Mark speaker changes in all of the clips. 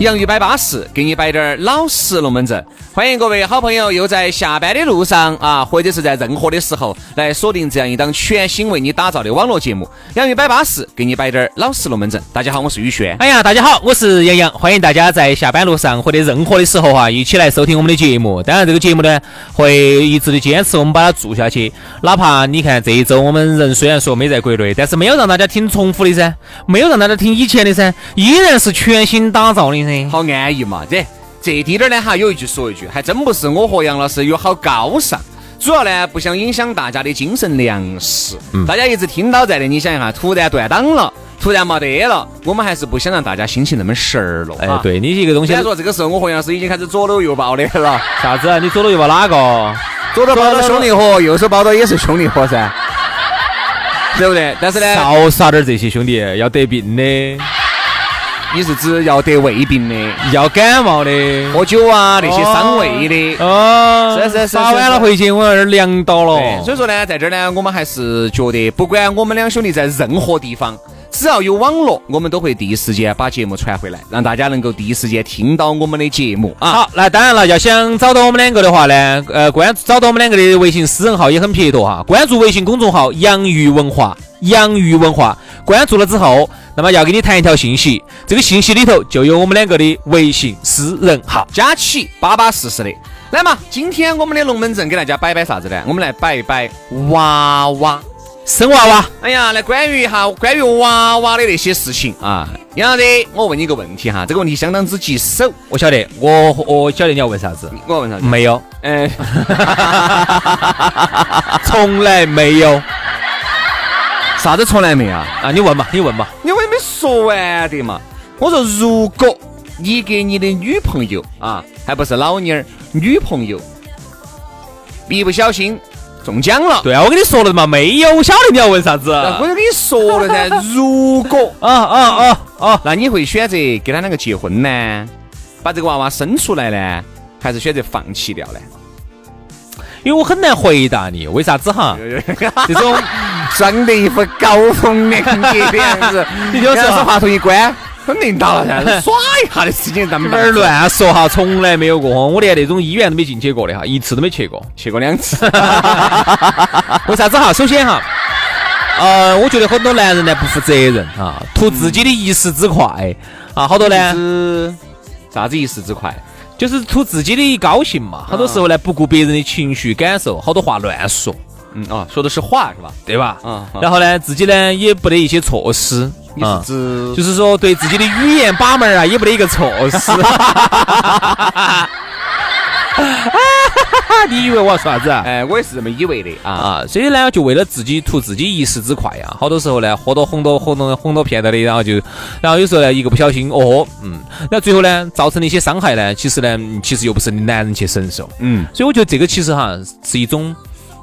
Speaker 1: 洋芋摆巴适，给你摆点儿老实龙门阵。欢迎各位好朋友又在下班的路上啊，或者是在任何的时候来锁定这样一档全新为你打造的网络节目《洋芋摆巴适》，给你摆点儿老实龙门阵。大家好，我是宇轩。
Speaker 2: 哎呀，大家好，我是杨洋，欢迎大家在下班路上或者任何的时候啊，一起来收听我们的节目。当然，这个节目呢，会一直的坚持我们把它做下去。哪怕你看这一周我们人虽然说没在国内，但是没有让大家听重复的噻，没有让大家听以前的噻，依然是全新打造的噻。
Speaker 1: 好安逸嘛，这这滴点儿呢哈，有一句说一句，还真不是我和杨老师有好高尚，主要呢不想影响大家的精神粮食。
Speaker 2: 嗯
Speaker 1: 大家一直听到在的，你想一下，突然断档了，突然没得了，我们还是不想让大家心情那么神儿了。
Speaker 2: 哎
Speaker 1: 啊，
Speaker 2: 对你这个东西
Speaker 1: 虽然，说这个时候我和杨老师已经开始左搂右抱的了，
Speaker 2: 啥子啊？你左手又抱哪个？
Speaker 1: 左手抱到兄弟伙，右手抱到也是兄弟伙噻，对不对？但是呢，
Speaker 2: 少撒点儿这些兄弟，要得病的，
Speaker 1: 你是指要得胃病的、
Speaker 2: 要感冒的。
Speaker 1: 喝酒啊那些伤胃的。
Speaker 2: 哦，
Speaker 1: 是是是
Speaker 2: 撒
Speaker 1: 是
Speaker 2: 完
Speaker 1: 是
Speaker 2: 了回去，我有点凉到
Speaker 1: 对，
Speaker 2: 了。
Speaker 1: 所以说呢，在这儿呢，我们还是觉得，不管我们两兄弟在任何地方，只要有网络，我们都会第一时间把节目传回来，让大家能够第一时间听到我们的节目啊。
Speaker 2: 好，那当然了，要想找到我们两个的话呢，呃，关注找到我们两个的微信私人号也很撇脱哈，关注微信公众号“洋芋文化”，洋芋文化，关注了之后，那么要给你弹一条信息，这个信息里头就有我们两个的微信私人号。
Speaker 1: 佳琪巴巴适适的。来嘛，今天我们的龙门阵给大家摆摆啥子呢？我们来摆一摆娃娃。
Speaker 2: 生娃娃，
Speaker 1: 哎呀，来关于一下关于娃娃的那些事情啊，杨老师，我问你一个问题哈，这个问题相当之棘手，
Speaker 2: 我晓得，我我晓得你要问啥子，
Speaker 1: 我要问啥子？
Speaker 2: 没有，
Speaker 1: 嗯、
Speaker 2: 从来没有
Speaker 1: 啥子从来没啊？
Speaker 2: 啊，你问嘛，你问嘛，
Speaker 1: 因为没说完的嘛。我说，如果你给你的女朋友啊，还不是老妞儿，女朋友一不小心中奖了，
Speaker 2: 对啊，我跟你说了嘛，没有，我晓得你要问啥子，
Speaker 1: 那我
Speaker 2: 啊
Speaker 1: 就跟你说了噻， 如果哦
Speaker 2: 啊啊啊，
Speaker 1: 那你会选择跟他两个结婚呢，把这个娃娃生出来呢，还是选择放弃掉 呢？
Speaker 2: 因为我很难回答你，为啥子哈？这种。
Speaker 1: 装的一副高风亮节的样子，
Speaker 2: 你就是
Speaker 1: 是话筒一关，很灵到 了噻，耍一下的事情咱们
Speaker 2: 哪儿。乱啊说哈，从来没有过，我连那种医院都没进去过的哈，一次都没去过。
Speaker 1: 去过两次，
Speaker 2: 为啥子哈？首先哈，呃，我觉得很多男人呢不负责任啊，图自己的一时之快啊，好多呢
Speaker 1: 是啥子一时之快？
Speaker 2: 就是图自己的一高兴嘛，好多时候呢不顾别人的情绪感受，好多话乱说，
Speaker 1: 嗯啊，说的是话是吧？
Speaker 2: 对吧？
Speaker 1: 啊啊
Speaker 2: 然后呢，自己呢也不得一些措施，
Speaker 1: 你是
Speaker 2: 啊
Speaker 1: 指
Speaker 2: 就是说对自己的语言把门儿啊也不得一个措施。 你以为我要说啥子啊？
Speaker 1: 哎，我也是这么以为的啊。
Speaker 2: 啊，所以呢，就为了自己图自己一时之快啊，好多时候呢，喝多哄多哄多哄多骗到的，然后就，然后有时候呢，一个不小心，哦，嗯，那最后呢，造成的一些伤害呢，其实呢，嗯其实又不是男人去承受，
Speaker 1: 嗯，
Speaker 2: 所以我觉得这个其实哈是一种，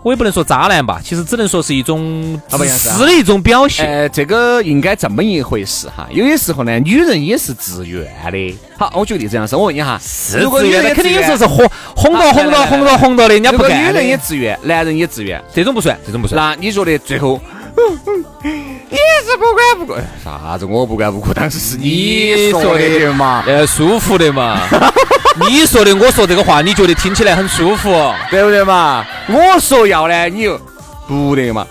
Speaker 2: 我也不能说渣男吧，其实只能说是一种
Speaker 1: 啊不
Speaker 2: 自
Speaker 1: 然是啊
Speaker 2: 私的一种表现。
Speaker 1: 呃，这个应该这么一回事哈。有些时候呢，女人也是自愿的。好，我举个例子，这样说，我问你哈，
Speaker 2: 是
Speaker 1: 如果
Speaker 2: 自
Speaker 1: 女
Speaker 2: 愿的
Speaker 1: 人也
Speaker 2: 肯定有时候
Speaker 1: 自
Speaker 2: 是哄哄
Speaker 1: 啊
Speaker 2: 到哄
Speaker 1: 来来
Speaker 2: 到
Speaker 1: 来
Speaker 2: 哄到哄到的，人家
Speaker 1: 愿，
Speaker 2: 不
Speaker 1: 如果
Speaker 2: 干
Speaker 1: 女
Speaker 2: 的
Speaker 1: 人也自愿，男人也自愿，
Speaker 2: 这种不算，这种不算。
Speaker 1: 那你觉得最后？ 也是不管不顾，哎啥子我不管不顾，当时是你说的嘛，
Speaker 2: 呃，舒服的 嘛。你说的，我说这个话，你觉得听起来很舒服？
Speaker 1: 对不对嘛？我说要呢，你又不得嘛。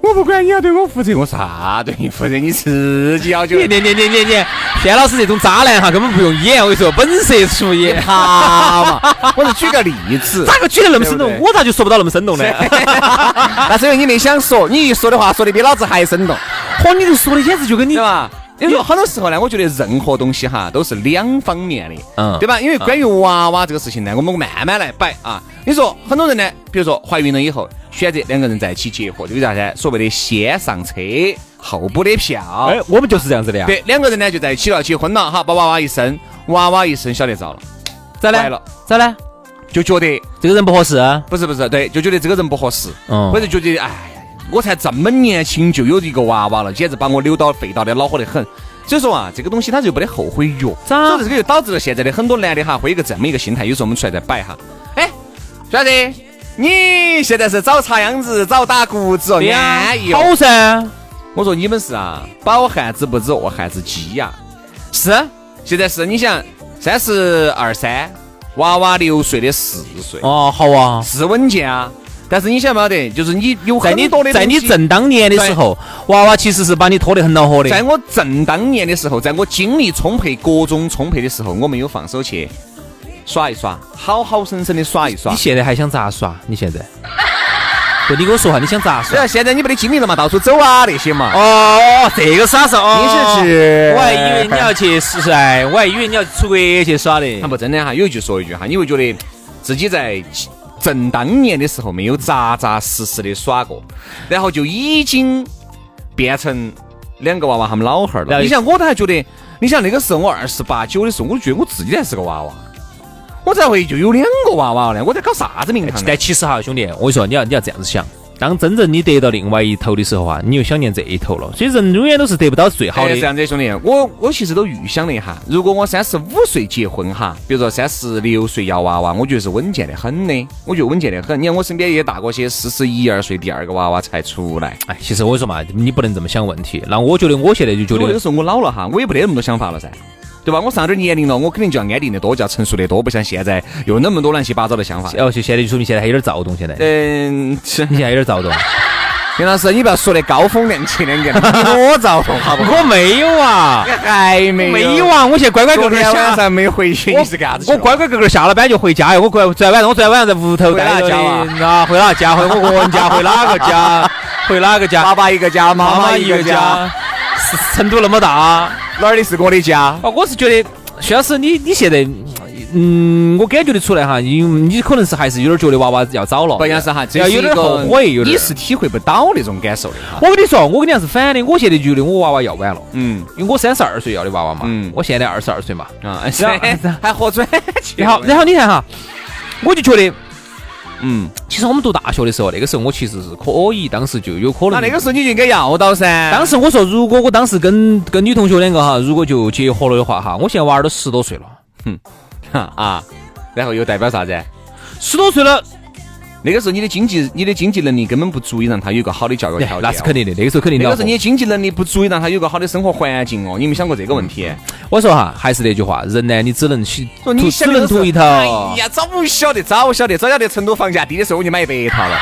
Speaker 1: 我不管你要对我负责，我啥对你负责？你自己要求
Speaker 2: 你你你你你你，轩老师这种渣男哈，根本不用演，我跟你说，本色出演。
Speaker 1: 他嘛。我是举个例 子，
Speaker 2: 咋个举得那么生
Speaker 1: 对
Speaker 2: 动？
Speaker 1: 不对
Speaker 2: 我咋就说不到那么生动呢？
Speaker 1: 但是因为你没想说，你一说的话说的比老子还生动，
Speaker 2: 嚯，你这说的简直就跟你
Speaker 1: 对吧？因为很多时候呢，我觉得任何东西哈都是两方面的，
Speaker 2: 嗯
Speaker 1: 对吧？因为关于娃娃这个事情呢，我们慢慢来摆啊。你说很多人呢，比如说怀孕了以后，选择两个人在一起结合，这个叫啥子？所谓的先上车后补的票。
Speaker 2: 哎，我们就是这样子的呀。
Speaker 1: 对，两个人呢就在一起了，结婚了哈，把娃娃一生，娃娃一生晓得着了，
Speaker 2: 咋
Speaker 1: 歪
Speaker 2: 呢
Speaker 1: 了？
Speaker 2: 咋呢？
Speaker 1: 就觉得
Speaker 2: 这个人不合适啊，
Speaker 1: 不是不是，对，就觉得这个人不合适，
Speaker 2: 嗯
Speaker 1: 或者觉得哎，我才这么年轻就有一个娃娃了，简直把我扭到背到的恼火得很。所以说啊，这个东西它就没得后悔药，
Speaker 2: 咋
Speaker 1: 所以这个就导致了现在的很多男的哈，会有一个这么一个心态，有时候我们出来再摆哈，哎，小子，你现在是早插秧子，早打谷子哦，
Speaker 2: 对呀
Speaker 1: 安逸，哦。
Speaker 2: 好噻。
Speaker 1: 我说你们是啊，饱汉子不知饿汉子饥呀、是，现在是你想三十二三，娃娃六岁的四岁，
Speaker 2: 哦，好啊。
Speaker 1: 是稳健啊。但是你晓不晓得，就是你有
Speaker 2: 在
Speaker 1: 很
Speaker 2: 你
Speaker 1: 多的
Speaker 2: 在你
Speaker 1: 东西
Speaker 2: 正当年的时候，娃娃其实是把你拖得很恼火的。
Speaker 1: 在我正当年的时候，在我精力充沛、各种充沛的时候，我没有放手去耍一耍，好好生生的耍一耍
Speaker 2: 你。现在还想咋耍？你现在？不，你跟我说哈，你想咋
Speaker 1: 虽
Speaker 2: 耍？
Speaker 1: 然现在你没得精力了嘛，到处走啊那些嘛。
Speaker 2: 哦，这个耍是哦。
Speaker 1: 你是指
Speaker 2: 我还以为你要去是哎，我还以为你要出国去耍的
Speaker 1: 他。不真的哈，有一句说一句哈，你会觉得自己在正当年的时候没有扎扎实实的耍过，然后就已经变成两个娃娃他们老汉儿
Speaker 2: 了
Speaker 1: 了。
Speaker 2: 解
Speaker 1: 你想，我都还觉得，你想那个时候我二十八九的时候，我就觉得我自己还是个娃娃，我咋会就有两个娃娃呢？我在搞啥子名堂呢？
Speaker 2: 但其实哈，兄弟，我跟你说，你要你要这样子想，当真正你得到另外一头的时候啊，你又想念这一头了。所以人永远都是得不到最好
Speaker 1: 哎
Speaker 2: 的
Speaker 1: 这。样子，兄弟，我我其实都预想了一下，如果我三十五岁结婚哈，比如说三十六岁要娃娃，我觉得是稳健的很的，我觉得稳健的很。你看我身边也大过些四十一二岁第二个娃娃才出来，
Speaker 2: 哎，其实我跟你说嘛，你不能这么想问题。那我觉得我现在就觉
Speaker 1: 我那
Speaker 2: 得
Speaker 1: 个时候我老了哈，我也不得那么多想法了噻。对吧？我上点年龄了，我肯定就要安定的多，就要成熟的多，不像现在有那么多乱七八糟的想法。
Speaker 2: 哦，就现在就说明现在还有点躁动，现在
Speaker 1: 嗯，是
Speaker 2: 你现在有点躁动。
Speaker 1: 袁老师，你不要说的高风亮节两个，你 我造风好不好？
Speaker 2: 我没有啊，
Speaker 1: 还没
Speaker 2: 没有
Speaker 1: 啊，
Speaker 2: 啊，我现在乖乖个
Speaker 1: 昨
Speaker 2: 个
Speaker 1: 天晚
Speaker 2: 下。
Speaker 1: 上没回去，
Speaker 2: 我
Speaker 1: 你是干啥子去
Speaker 2: 我
Speaker 1: 了？
Speaker 2: 乖乖个个下了班就回家呀，我乖，昨天晚上我昨天晚上在屋头
Speaker 1: 回
Speaker 2: 待
Speaker 1: 哪
Speaker 2: 着
Speaker 1: 家啊
Speaker 2: 的啊，回哪家？回我个人家，回哪个 家？回哪个家？
Speaker 1: 爸爸一个家，妈妈一个家，，
Speaker 2: 是成都那么大。
Speaker 1: 哪儿的是我的家？
Speaker 2: 哦，我是觉得薛老师，你你现在，嗯，我感觉得出来哈，因为你可能是还是有点觉得娃娃要早了，
Speaker 1: 不像是哈，这
Speaker 2: 要
Speaker 1: 是一
Speaker 2: 有点
Speaker 1: 个
Speaker 2: 后悔，有点
Speaker 1: 你。是体会不到那种感受的哈。
Speaker 2: 我跟你说，我跟你俩是反的，我现在觉得我娃娃要晚了，
Speaker 1: 嗯
Speaker 2: 因为我三十二岁要的娃娃嘛，
Speaker 1: 嗯
Speaker 2: 我现在二十二岁嘛，
Speaker 1: 啊，
Speaker 2: 然后
Speaker 1: 还活转去了
Speaker 2: 然后然后你看哈，我就觉得。
Speaker 1: 嗯，
Speaker 2: 其实我们读大学的时候，那个时候我其实是可以，当时就有可能。
Speaker 1: 那那个时候你就应该要到噻。
Speaker 2: 当时我说，如果我当时跟跟女同学两个哈，如果就结合了的话哈，我现在娃儿都十多岁了，
Speaker 1: 哈 啊，然后又代表啥子？
Speaker 2: 十多岁了，
Speaker 1: 那个时候你的经济，你的经济能力根本不足以让他有一个好的教育条件。
Speaker 2: 哎
Speaker 1: 哦
Speaker 2: 那是肯。定的，那个时候肯定
Speaker 1: 那
Speaker 2: 的。哦
Speaker 1: 个时候你的经济能力不足以让他有一个好的生活环境哦，你有没有想过这个问题？
Speaker 2: 我说哈，还是那句话，人呢，你只能去，嗯吐
Speaker 1: 说哦你
Speaker 2: 只
Speaker 1: 想的
Speaker 2: 能
Speaker 1: 都是
Speaker 2: 图一头。
Speaker 1: 哎呀，早晓得，早晓得，早晓得成都房价低的时候我就买一百套了。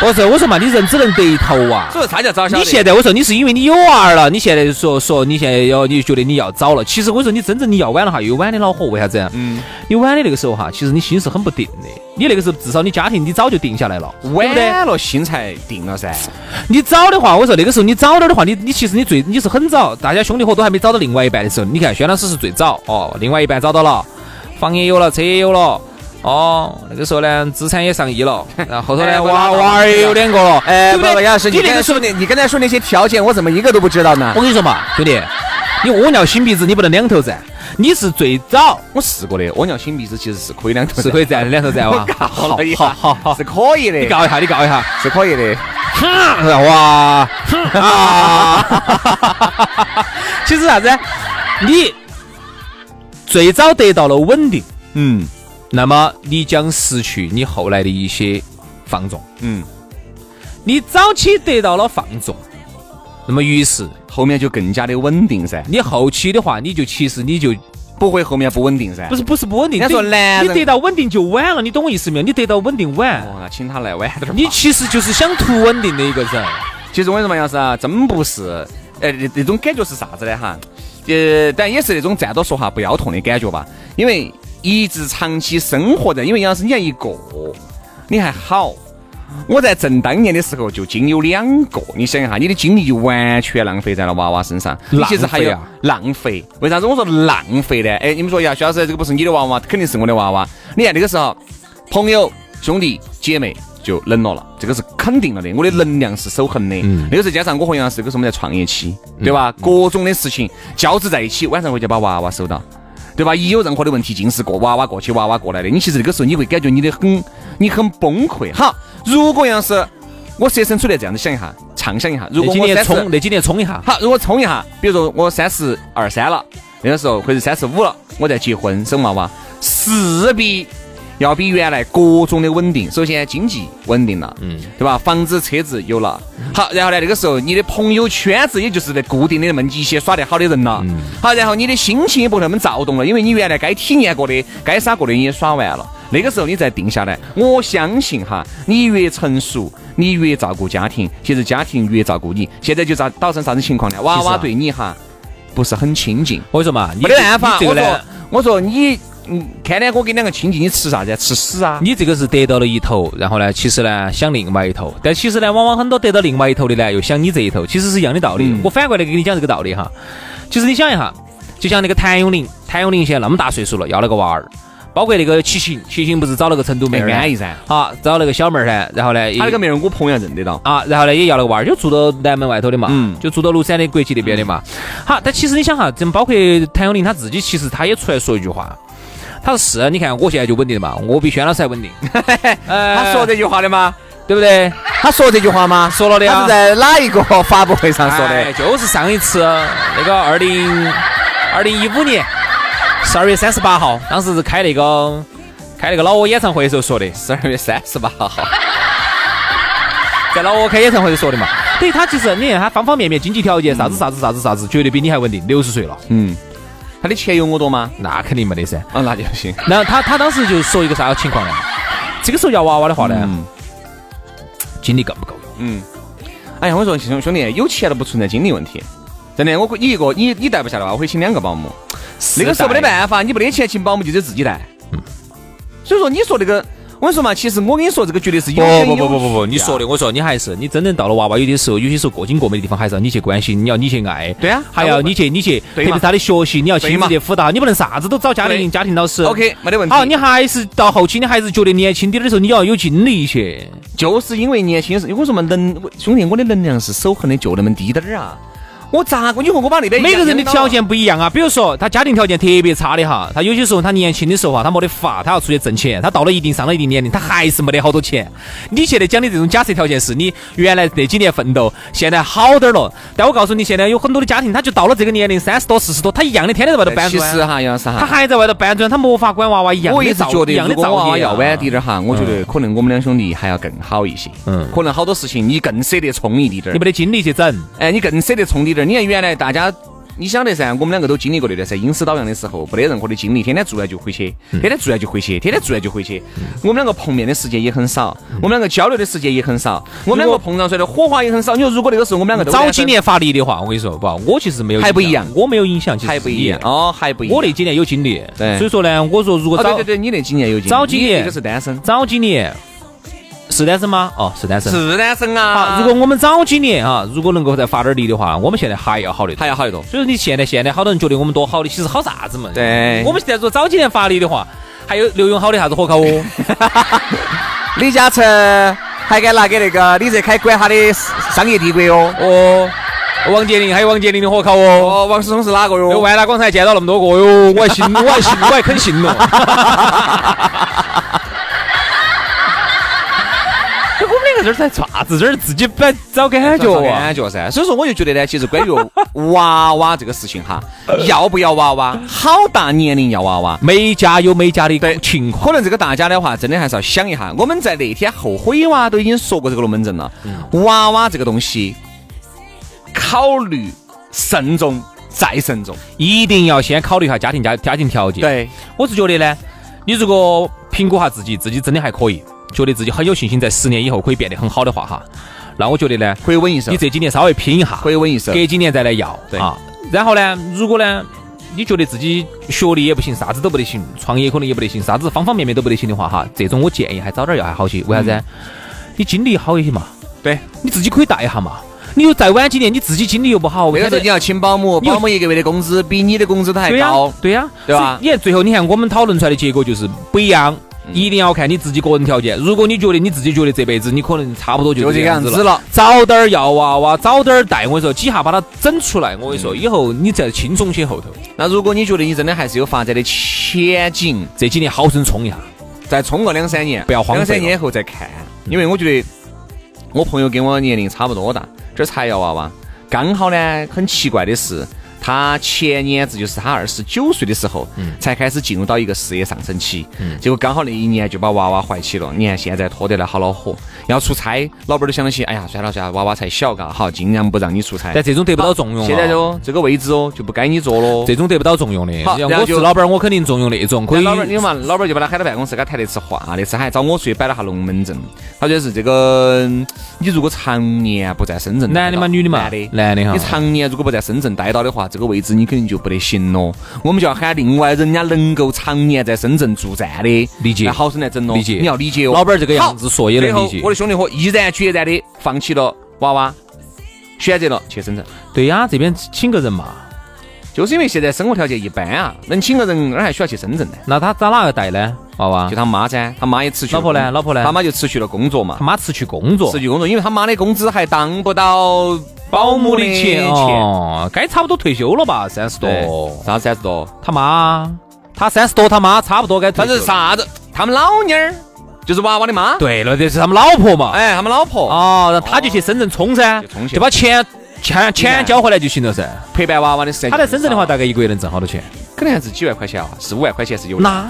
Speaker 2: 我说，我说嘛，你人只能得一头啊。
Speaker 1: 所以说啥叫早晓得？
Speaker 2: 你现在我说你是因为你有娃儿了，你现在说说你现在要你觉得你要早了，其实我说你真正你要晚了哈，又晚的恼火，为啥子呀？
Speaker 1: 嗯，
Speaker 2: 你晚的那个时候哈，其实你心是很不定的。你那个时候至少你家庭你早就定下来了，对不对？
Speaker 1: 晚了心才定了噻。
Speaker 2: 你早的话，我说那个时候你早点的话，你你其实你最你是很早，大家兄弟伙都还没找到另外一半的时候，你看轩老师是最早哦，另外一半找到了，房也有了，车也有了。哦，那个时候呢，资产也上亿了，然后后头
Speaker 1: 哎
Speaker 2: 呢，
Speaker 1: 不
Speaker 2: 娃
Speaker 1: 不
Speaker 2: 娃儿也有两个了，
Speaker 1: 哎，
Speaker 2: 对
Speaker 1: 不
Speaker 2: 不
Speaker 1: 不，
Speaker 2: 对？
Speaker 1: 杨老师，
Speaker 2: 你
Speaker 1: 你
Speaker 2: 那
Speaker 1: 刚
Speaker 2: 个
Speaker 1: 才
Speaker 2: 时
Speaker 1: 说
Speaker 2: 候，
Speaker 1: 的，你刚才说那些条件，我怎么一个都不知道呢
Speaker 2: 我？跟你说嘛，兄弟，你屙尿擤鼻子，你不能两头站，你是最早
Speaker 1: 我试过的，屙尿擤鼻子其实是可以两头
Speaker 2: 是可以站两头站哇
Speaker 1: 我，搞了一下
Speaker 2: 好好好，
Speaker 1: 是可以
Speaker 2: 你
Speaker 1: 的，
Speaker 2: 告一下，你告一下，
Speaker 1: 是可以的。
Speaker 2: 哼哇，哼啊！ 其实啥子？你最早得到了稳定，
Speaker 1: 嗯
Speaker 2: 那么你将失去你后来的一些放纵。
Speaker 1: 嗯，
Speaker 2: 你早期得到了放纵，那么于是
Speaker 1: 后面就更加的稳定噻，
Speaker 2: 你后期的话，你就其实你就
Speaker 1: 不会后面不稳定�噻。
Speaker 2: 不
Speaker 1: 是，
Speaker 2: 是不是不稳定。
Speaker 1: 人家说
Speaker 2: 对
Speaker 1: 男
Speaker 2: 你
Speaker 1: 人
Speaker 2: 得到稳定就晚了，你懂我意思没有？你得到稳定晚，
Speaker 1: 哦，那请他来晚点儿吧。
Speaker 2: 你其实就是想图稳定的一个人。
Speaker 1: 其实我跟你说嘛，杨师啊，真不是，哎，那那种感觉是啥子呢？哈，呃，但也是那种站着说话不腰痛的感觉吧。因为一直长期生活在，因为杨师你还一个，你还好。我在正当年的时候就经有两个，你想一下，你的精力就完全浪费在了娃娃身上。你其实还有
Speaker 2: 浪费啊
Speaker 1: 浪费，为啥子我说浪费呢？哎，你们说呀，薛老师，这个不是你的娃娃，肯定是我的娃娃。你看那个时候，朋友、兄弟、姐妹就冷了了，这个是肯定了的。我的能量是守恒的，
Speaker 2: 嗯
Speaker 1: 那个时候加上我和杨老师这个时候我们在创业期，对吧？各种的事情交织在一起，晚上回家把娃娃收到。对吧？一有任何的问题，尽是过娃娃过去，娃娃过来的。你其实这个时候你会感觉你的很，你很崩溃。好，如果要是我设身处地这样子想一下，畅想一下，如
Speaker 2: 那
Speaker 1: 果
Speaker 2: 几
Speaker 1: 我
Speaker 2: 年
Speaker 1: 三十
Speaker 2: 冲，那几年冲一下，
Speaker 1: 好，如果冲一下，比如说我三十二三了，那个时候或者三十五了，我再结婚生娃娃，势必要比原来各种的稳定。首先经济稳定了，嗯，对吧？房子车子有了，好，然后呢，那个时候你的朋友圈子也就是在固定的那么一些耍得好的人了，好，然后你的心情也不会那么躁动了，因为你原来该体验过的、该耍过的你也耍完了。那个时候你再定下来，我相信哈，你越成熟，你越照顾家庭，其实家庭越照顾你。现在就咋导成啥子情况呢？娃
Speaker 2: 其实啊
Speaker 1: 娃对你哈不是很亲近，
Speaker 2: 我跟你说嘛，你
Speaker 1: 没得办法。
Speaker 2: 你这
Speaker 1: 我
Speaker 2: 个
Speaker 1: 说
Speaker 2: 呢，
Speaker 1: 我说你，嗯，看天我跟你两个亲近，你吃啥子啊？吃屎啊！
Speaker 2: 你这个是得到了一头，然后呢，其实呢想另外一头，但其实呢，往往很多得到另外一头的呢，又想你这一头，其实是一样的道理。
Speaker 1: 嗯
Speaker 2: 我反过来给你讲这个道理哈，其实你想一下，就像那个谭咏麟，谭咏麟现在那么大岁数了，要了个娃儿，包括那个齐秦，齐秦不是找了个成都妹儿呢
Speaker 1: 哎安逸噻
Speaker 2: 啊，找了个小妹儿噻，然后呢，也
Speaker 1: 他那个妹儿，我朋友认得到。
Speaker 2: 啊，然后呢也要了个娃儿，就住到南门外头的嘛，
Speaker 1: 嗯
Speaker 2: 就住到庐山的国际那边的嘛。好，但其实你想哈，这包括谭咏麟他自己，其实他也出来说一句话，他说是，啊你看我现在就稳定的嘛，我比轩老师还稳 定，呃
Speaker 1: 他说这句话的吗？
Speaker 2: 对不对？
Speaker 1: 哎他说这句话吗？
Speaker 2: 说了的
Speaker 1: 他
Speaker 2: 啊
Speaker 1: 是在哪一个发布会上说
Speaker 2: 哎
Speaker 1: 的？
Speaker 2: 就是上一次那个二零二零一五年十二月三十八号，当时是开那个开那个老挝演唱会的时候说的，
Speaker 1: 十二月三十八号。
Speaker 2: 在老挝开演唱会的时候说的嘛。对他其实你看他方方面面，经济条件啥子啥子啥子啥子，绝对比你还稳定，六十岁了，
Speaker 1: 嗯，他的钱有我多吗？
Speaker 2: 那肯定没得噻。
Speaker 1: 啊，那就行。
Speaker 2: 然后他他当时就说一个啥情况呢？这个时候要娃娃的话呢，
Speaker 1: 嗯
Speaker 2: 精力够不够用？
Speaker 1: 嗯。哎呀，我说兄兄弟，有钱都不存在精力问题。真的，我你一个你你带不下来吧，我会请两个保姆。那个时候没得办法，你没得钱请保姆就得自己带。
Speaker 2: 嗯
Speaker 1: 所以说，你说那个，我跟你说嘛，其实我跟你说，这个绝对是有
Speaker 2: 不
Speaker 1: 根
Speaker 2: 不
Speaker 1: 有啊
Speaker 2: 不不不不，
Speaker 1: 据
Speaker 2: 你说的，我说你还是你真正到了娃娃，有的时候有些时候过紧过没的地方，还是要你去关心，你要你去爱，
Speaker 1: 对啊
Speaker 2: 还要你去你去，特
Speaker 1: 对
Speaker 2: 别
Speaker 1: 嘛
Speaker 2: 是他的学习，你要亲
Speaker 1: 对
Speaker 2: 自
Speaker 1: 嘛
Speaker 2: 去辅导，你不能啥子都找家庭
Speaker 1: 对
Speaker 2: 家庭老师。
Speaker 1: OK，没得问题。
Speaker 2: 好，你还是到后期，你还是觉得年轻点的时候，你要有精力去。
Speaker 1: 就是因为年轻的时候，我说嘛，能我兄弟，我的能量是守恒的，就那么滴点儿啊。我咋个？你说我把那边
Speaker 2: 每个人的
Speaker 1: 养到
Speaker 2: 条件不一样啊，比如说他家庭条件特别差的哈，他有些时候他年轻的时候啊哈，他没得法，他要出去挣钱，他到了一定上了一定年龄，他还是没得好多钱。你现在讲的这种假设条件是你原来那几年奋斗，现在好点儿了，但我告诉你，现在有很多的家庭，他就到了这个年龄，三十多、四十多，他一样的天天在外头搬
Speaker 1: 哎其
Speaker 2: 砖，
Speaker 1: 实哈，杨老师
Speaker 2: 他
Speaker 1: 哈，
Speaker 2: 还在外头搬砖，他没法管娃娃一样
Speaker 1: 我一
Speaker 2: 的
Speaker 1: 直
Speaker 2: 造
Speaker 1: 觉
Speaker 2: 一
Speaker 1: 得，
Speaker 2: 样的
Speaker 1: 如果
Speaker 2: 造
Speaker 1: 娃娃
Speaker 2: 孽啊
Speaker 1: 要晚滴点儿哈，我觉得可能我们两兄弟还要更好一些。
Speaker 2: 嗯
Speaker 1: 嗯，可能好多事情你更舍得冲一滴点
Speaker 2: 你
Speaker 1: 儿
Speaker 2: 没，得精力去整。
Speaker 1: 哎，你更舍得冲滴点儿。你看原来大家。你晓得噻，我们两个都经历过那段噻，阴湿倒阳的时候，没得任何的精力，天天做完就回去，天天做完就回去，天天做完就回去。我们两个碰面的时间也很少，我们两个交流的时间也很少，我们两个碰撞出来的火花也很少。你说如果那个时候我们两个都
Speaker 2: 早
Speaker 1: 单
Speaker 2: 几
Speaker 1: 身
Speaker 2: 年发力的话，我跟你说，不，我其实没有
Speaker 1: 还不
Speaker 2: 影响
Speaker 1: 一样
Speaker 2: 我没有影响，其实
Speaker 1: 还不
Speaker 2: 是
Speaker 1: 一
Speaker 2: 你
Speaker 1: 样哦，还不一样。
Speaker 2: 我那几年有精力，
Speaker 1: 对
Speaker 2: 所以说呢，我说如果
Speaker 1: 哦，
Speaker 2: 早
Speaker 1: 对对对，你那几年有经历
Speaker 2: 早几年
Speaker 1: 你那个是单身，
Speaker 2: 早几年是单身吗？哦，是单身。
Speaker 1: 是单身
Speaker 2: 啊，
Speaker 1: 啊。
Speaker 2: 如果我们早几年啊，如果能够再发点力的话，我们现在还要好得多。
Speaker 1: 还要好得多。
Speaker 2: 所以说你现在现在好多人觉得我们多好的，其实好啥子嘛？
Speaker 1: 对
Speaker 2: 我们现在说早几年发力的话，还有刘永好的啥子火烤 哦，
Speaker 1: 李嘉诚还敢拿给那个李泽楷管他的商业帝国哟。
Speaker 2: 哦，王健林还有王健林的火烤哦。
Speaker 1: 哦，王思聪是哪个
Speaker 2: 那
Speaker 1: 哟？
Speaker 2: 万达广场见到那么多个哦哟，我还 信，我还信，我还肯信了。 这我们两个这儿在做啥子？这儿自己摆找感觉啊！
Speaker 1: 感觉噻，所以说我就觉得呢，其实关于娃娃这个事情哈，要不要娃娃，好大年龄要娃娃，
Speaker 2: 每家有每家的情况。
Speaker 1: 可能这个大家的话，真的还是要想一下。我们在那天后悔哇都已经说过这个龙门阵了，
Speaker 2: 嗯
Speaker 1: 娃娃这个东西，考虑慎重再慎重。
Speaker 2: 一定要先考虑一下家庭家家庭条件。，
Speaker 1: 对，
Speaker 2: 我是觉得呢，你如果评估下自己，自己真的还可以，觉得自己很有信心，在十年以后可以变得很好的话哈，那我觉得呢，
Speaker 1: 可以稳一手
Speaker 2: 你，这几年稍微拼一下，
Speaker 1: 可以稳一手。
Speaker 2: 隔几年再来要
Speaker 1: 对
Speaker 2: 啊。然后呢，如果呢，你觉得自己学历也不行，啥子都不得行，创业可能也不得行，啥子方方面面都不得行的话哈，这种我建议还早点要还好些。为啥子？你精力好一些嘛，
Speaker 1: 嗯对，
Speaker 2: 你自己可以带一下嘛。你又再晚几年，你自己精力又不好，
Speaker 1: 那个时候你要请保姆，
Speaker 2: 你有
Speaker 1: 保姆一个月的工资比你的工资都还
Speaker 2: 对呀
Speaker 1: 高。，
Speaker 2: 对呀，
Speaker 1: 对
Speaker 2: 所
Speaker 1: 吧嗯
Speaker 2: 以你看最后，你看我们讨论出来的结果就是不一样。一定要看你自己个人条件。如果你觉得你自己觉得这辈子你可能差不多就
Speaker 1: 就
Speaker 2: 这个
Speaker 1: 这个
Speaker 2: 样
Speaker 1: 样
Speaker 2: 子
Speaker 1: 子
Speaker 2: 了，
Speaker 1: 了。
Speaker 2: 早点儿要娃娃，早点儿带。我跟你说，几下把它整出来。我跟你
Speaker 1: 嗯
Speaker 2: 说，以后你再轻松些后头。
Speaker 1: 那如果你觉得你真的还是有发展的前景，
Speaker 2: 这几年好生冲一下，
Speaker 1: 再冲个两三年，
Speaker 2: 不要荒废了
Speaker 1: 两三年后再看，因为我觉得我朋友跟我年龄差不多大，这儿才要娃娃，刚好呢，很奇怪的是。他前年子就是他二十九岁的时候，
Speaker 2: 嗯
Speaker 1: 才开始进入到一个事业上升期，结果刚好那一年就把娃娃怀起了。你看现在拖得来好恼火，要出差，老板儿都想得起，哎呀，算了算了，娃娃才小，嘎，好，尽量不让你出差。
Speaker 2: 但这种得不到重用啊。
Speaker 1: 现在哦，这个位置哦，就不该你坐了。
Speaker 2: 这种得不到重用的，
Speaker 1: 好
Speaker 2: 要
Speaker 1: 然后
Speaker 2: 我是
Speaker 1: 就
Speaker 2: 老板儿，我肯定重用那种可以。
Speaker 1: 老板，你嘛，老板就把他喊到办公室，跟他谈了一次话。啊那次还找我出去摆了下龙门阵。他就是这个，嗯你如果常年不在深圳待到，
Speaker 2: 男的嘛女的嘛
Speaker 1: 男的，
Speaker 2: 男的哈
Speaker 1: 你常年如果不在深圳待到的话，这个位置你肯定就不得行咯。我们就要喊另外人家能够常年在深圳驻站的，
Speaker 2: 理解
Speaker 1: 那好生来整咯。
Speaker 2: 理解
Speaker 1: 你要理解哦。
Speaker 2: 老板儿这个样子说也能理解
Speaker 1: 最后我的兄弟伙毅然决然的放弃了娃娃，选择了去深圳。
Speaker 2: 对呀，这边请个人嘛，
Speaker 1: 就是因为现在生活条件一般啊，能请个人，哪还需要去深圳呢？
Speaker 2: 那他找哪个带呢？娃娃
Speaker 1: 就，他妈噻，他妈也辞去了
Speaker 2: 老婆呢老婆呢
Speaker 1: 他妈就辞去了工作嘛
Speaker 2: 他，妈辞去工作
Speaker 1: 辞，去工作，因为他妈的工资还当不到
Speaker 2: 保姆的
Speaker 1: 钱
Speaker 2: 钱哦，该差不多退休了吧，三十
Speaker 1: 对
Speaker 2: 多，。
Speaker 1: 啥子三十多？
Speaker 2: 他妈，他三十多，他妈差不多该退
Speaker 1: 但
Speaker 2: 休了。
Speaker 1: 是啥子？他们老妞儿就是娃娃的妈，
Speaker 2: 对了，这是他们老婆嘛。
Speaker 1: 哎，他们老婆
Speaker 2: 哦，然后他就去深圳冲噻
Speaker 1: 就冲，去
Speaker 2: 就把钱钱钱交回来就行了噻。
Speaker 1: 陪伴娃娃的时间就
Speaker 2: 他
Speaker 1: 很
Speaker 2: 在
Speaker 1: 少，
Speaker 2: 深圳的话，大概一个月能挣好多钱？
Speaker 1: 可能还是几万块钱啊，四五万块钱是有的。
Speaker 2: 那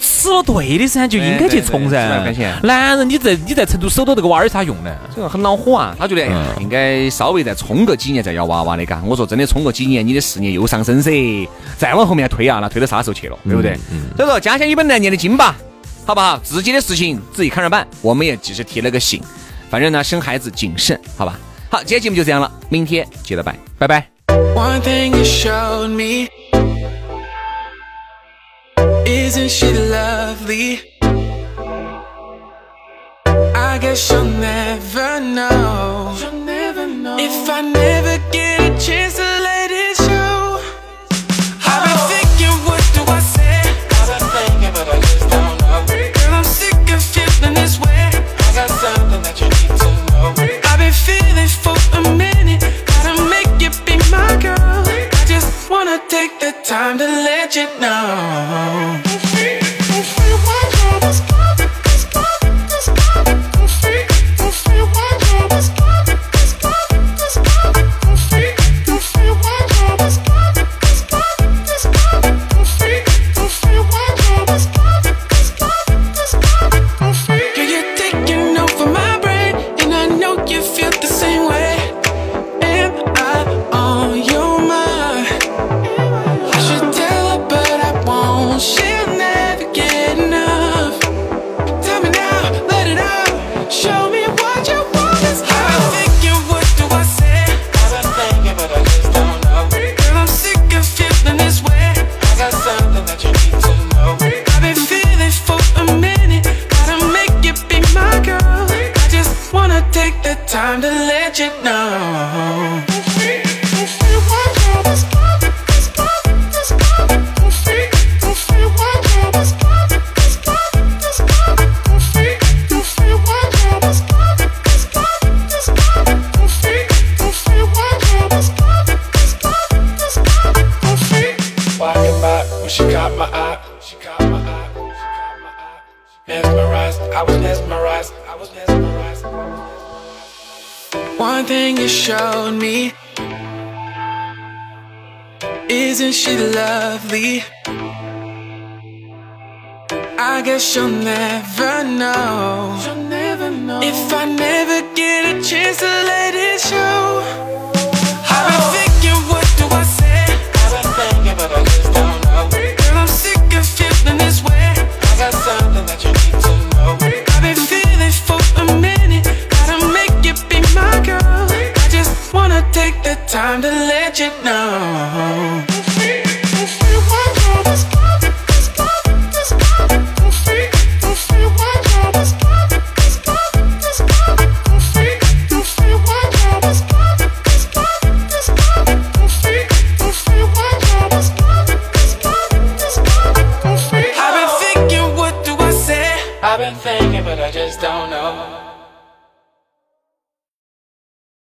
Speaker 2: 吃了对的噻，就应该去冲
Speaker 1: 对对对
Speaker 2: 噻
Speaker 1: 几万块钱。
Speaker 2: 男人，你在你在成都守到这个娃儿有啥用呢？
Speaker 1: 这个很恼火啊，他觉得、哎呀
Speaker 2: 嗯
Speaker 1: 应该稍微再冲个几年再要娃娃的，嘎。我说真的，冲个几年，你的事业又上升噻，再往后面推啊，那推到啥时候去了，对不对？所以说，家乡一本难念的经吧，好不好？自己的事情自己看着办。我们也只是提了个醒，反正呢，生孩子谨慎，好吧？好，今天节目就这样了，明天接着拜。
Speaker 2: 拜拜。
Speaker 3: One thing you showed me Isn't she lovely? I guess you'll never know You'll never know If I never get a chance to let it show I've been thinking, what do I say? I've been thinking, but I just don't know Girl, I'm sick of feeling this way I got something that you need to know I've been feeling for a minute Gotta make you be my girl I just wanna take the time to let you know Girl, you're taking over my brain, and I know you feel the same way. Am I on your mind? I should tell her, but I won't. She'll never get enough. Tell me now, let it out. Show me what you want is how I'm thinking, what do I say? I've been thinking, but I just don't know. Girl, I'm sick of feeling this way. I got something that you need to know. I've been feeling for a minute. Gotta make you be my girl. I just wanna take the time to let you know. Walking by when she caught my eye. She caught my eye. She caught my eye. Mesmerized. I was mesmerized. I was mesmerized. One thing you showed me. Isn't she lovely? I guess you'll never know. You'll never know. If I never get a chance to let it show. I've been thinking, what do I say? I've been thinking, but I just don't know. Girl, I'm sick of feeling this way. I got something that you need to know. I've been feeling for a minute. Gotta make you be my girl. I just wanna take the time to let you know.